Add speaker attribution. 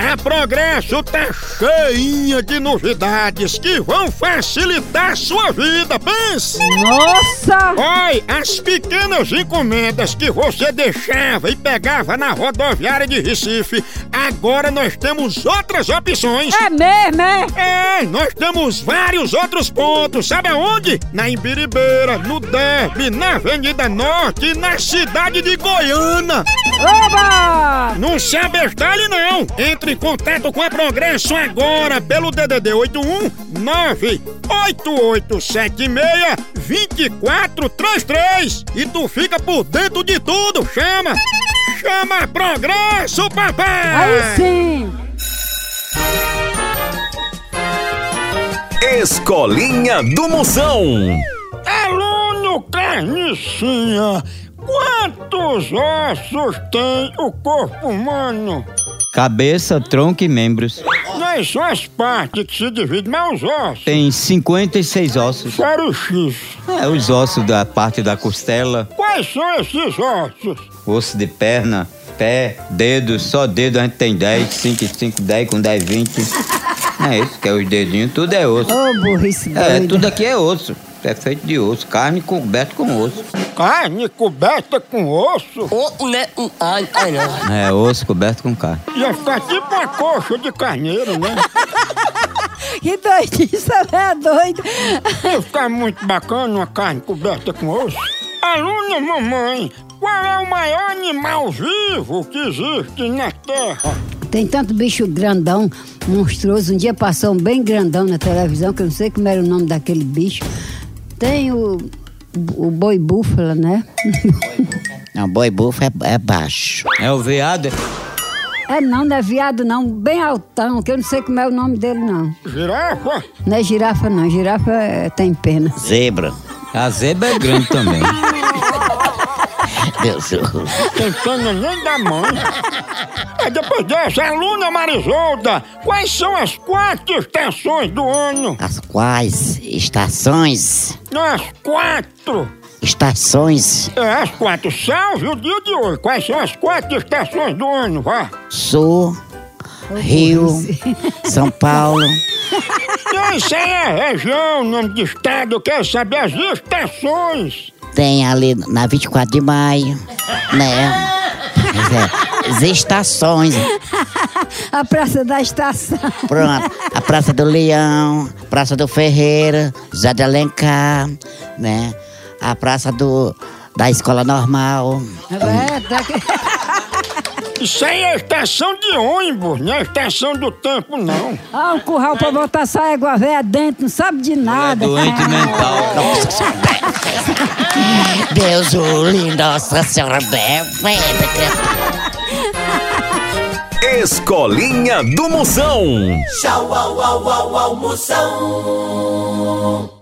Speaker 1: É Progresso tá cheinha de novidades que vão facilitar sua vida, pense!
Speaker 2: Nossa!
Speaker 1: Oi, as pequenas encomendas que você deixava e pegava na rodoviária de Recife, agora nós temos outras opções.
Speaker 2: É mesmo, é?
Speaker 1: É, nós temos vários outros pontos, sabe aonde? Na Imbiribeira, no Derby, na Avenida Norte e na cidade de Goiânia.
Speaker 2: Oba!
Speaker 1: Não se abestalhe não! Entre em contato com a Progresso agora pelo DDD 81 98876 2433 e tu fica por dentro de tudo! Chama! Chama a Progresso, papai!
Speaker 2: Aí sim!
Speaker 3: Escolinha do Moção.
Speaker 1: Aluno Carnicinha, quantos ossos tem o corpo humano?
Speaker 4: Cabeça, tronco e membros.
Speaker 1: Não é só as partes que se dividem, mas os ossos.
Speaker 4: Tem 56 ossos.
Speaker 1: Fora o X.
Speaker 4: É, os ossos da parte da costela,
Speaker 1: Quais são esses ossos?
Speaker 4: osso de perna, pé, dedo, só dedo a gente tem 10, 5, 5, 10, com 10, 20. É isso, que é os dedinhos, tudo é osso.
Speaker 2: Ô, burrice
Speaker 4: É,
Speaker 2: doida.
Speaker 4: tudo aqui é osso. É feito de osso, carne coberta com osso.
Speaker 1: Carne coberta com osso?
Speaker 4: É, osso coberto com carne.
Speaker 1: Ia ficar tipo uma coxa de carneiro, né?
Speaker 2: Que doidice, é doido.
Speaker 1: Ia ficar muito bacana uma carne coberta com osso. Aluna mamãe, qual é o maior animal vivo que existe na Terra?
Speaker 5: Tem tanto bicho grandão, monstruoso. Um dia passou um bem grandão na televisão, que eu não sei como era o nome daquele bicho. Tem o, o boi búfala, né?
Speaker 6: Não, boi bufo é, é baixo.
Speaker 4: É o veado.
Speaker 5: É não, não é viado não, bem altão, que eu não sei como é o nome dele não.
Speaker 1: Girafa?
Speaker 5: Não é girafa não, girafa é- tem pena.
Speaker 6: Zebra.
Speaker 4: A zebra é grande também.
Speaker 6: Deus.
Speaker 1: Tem pena nem da mãe. É depois dessa, aluna Marisolda, quais são as quatro estações do ano?
Speaker 6: As quais estações?
Speaker 1: Não, As quatro!
Speaker 6: Estações.
Speaker 1: É, as quatro. Salve o dia de hoje. Quais são as quatro estações do ano, vá?
Speaker 6: Sul, Rio, São Paulo.
Speaker 1: Não, isso aí é região, nome de estado. Eu quero saber as estações.
Speaker 6: Tem ali na 24 de maio, né? Mas é, as estações.
Speaker 5: A praça da estação.
Speaker 6: Pronto. A Praça do Leão, Praça do Ferreira, José de Alencar, né? A Praça do, da Escola Normal.
Speaker 5: É, tá que-
Speaker 1: Isso aí é estação de ônibus, não é estação do tempo, não.
Speaker 5: Ah, um curral pra botar essa égua velha dentro, não sabe de
Speaker 4: É
Speaker 5: nada.
Speaker 4: doente mental.
Speaker 6: Deus, o lindo, Nossa Senhora, né? bem, criança.
Speaker 3: Escolinha do Moção.
Speaker 7: Tchau, au, au, au, almoção.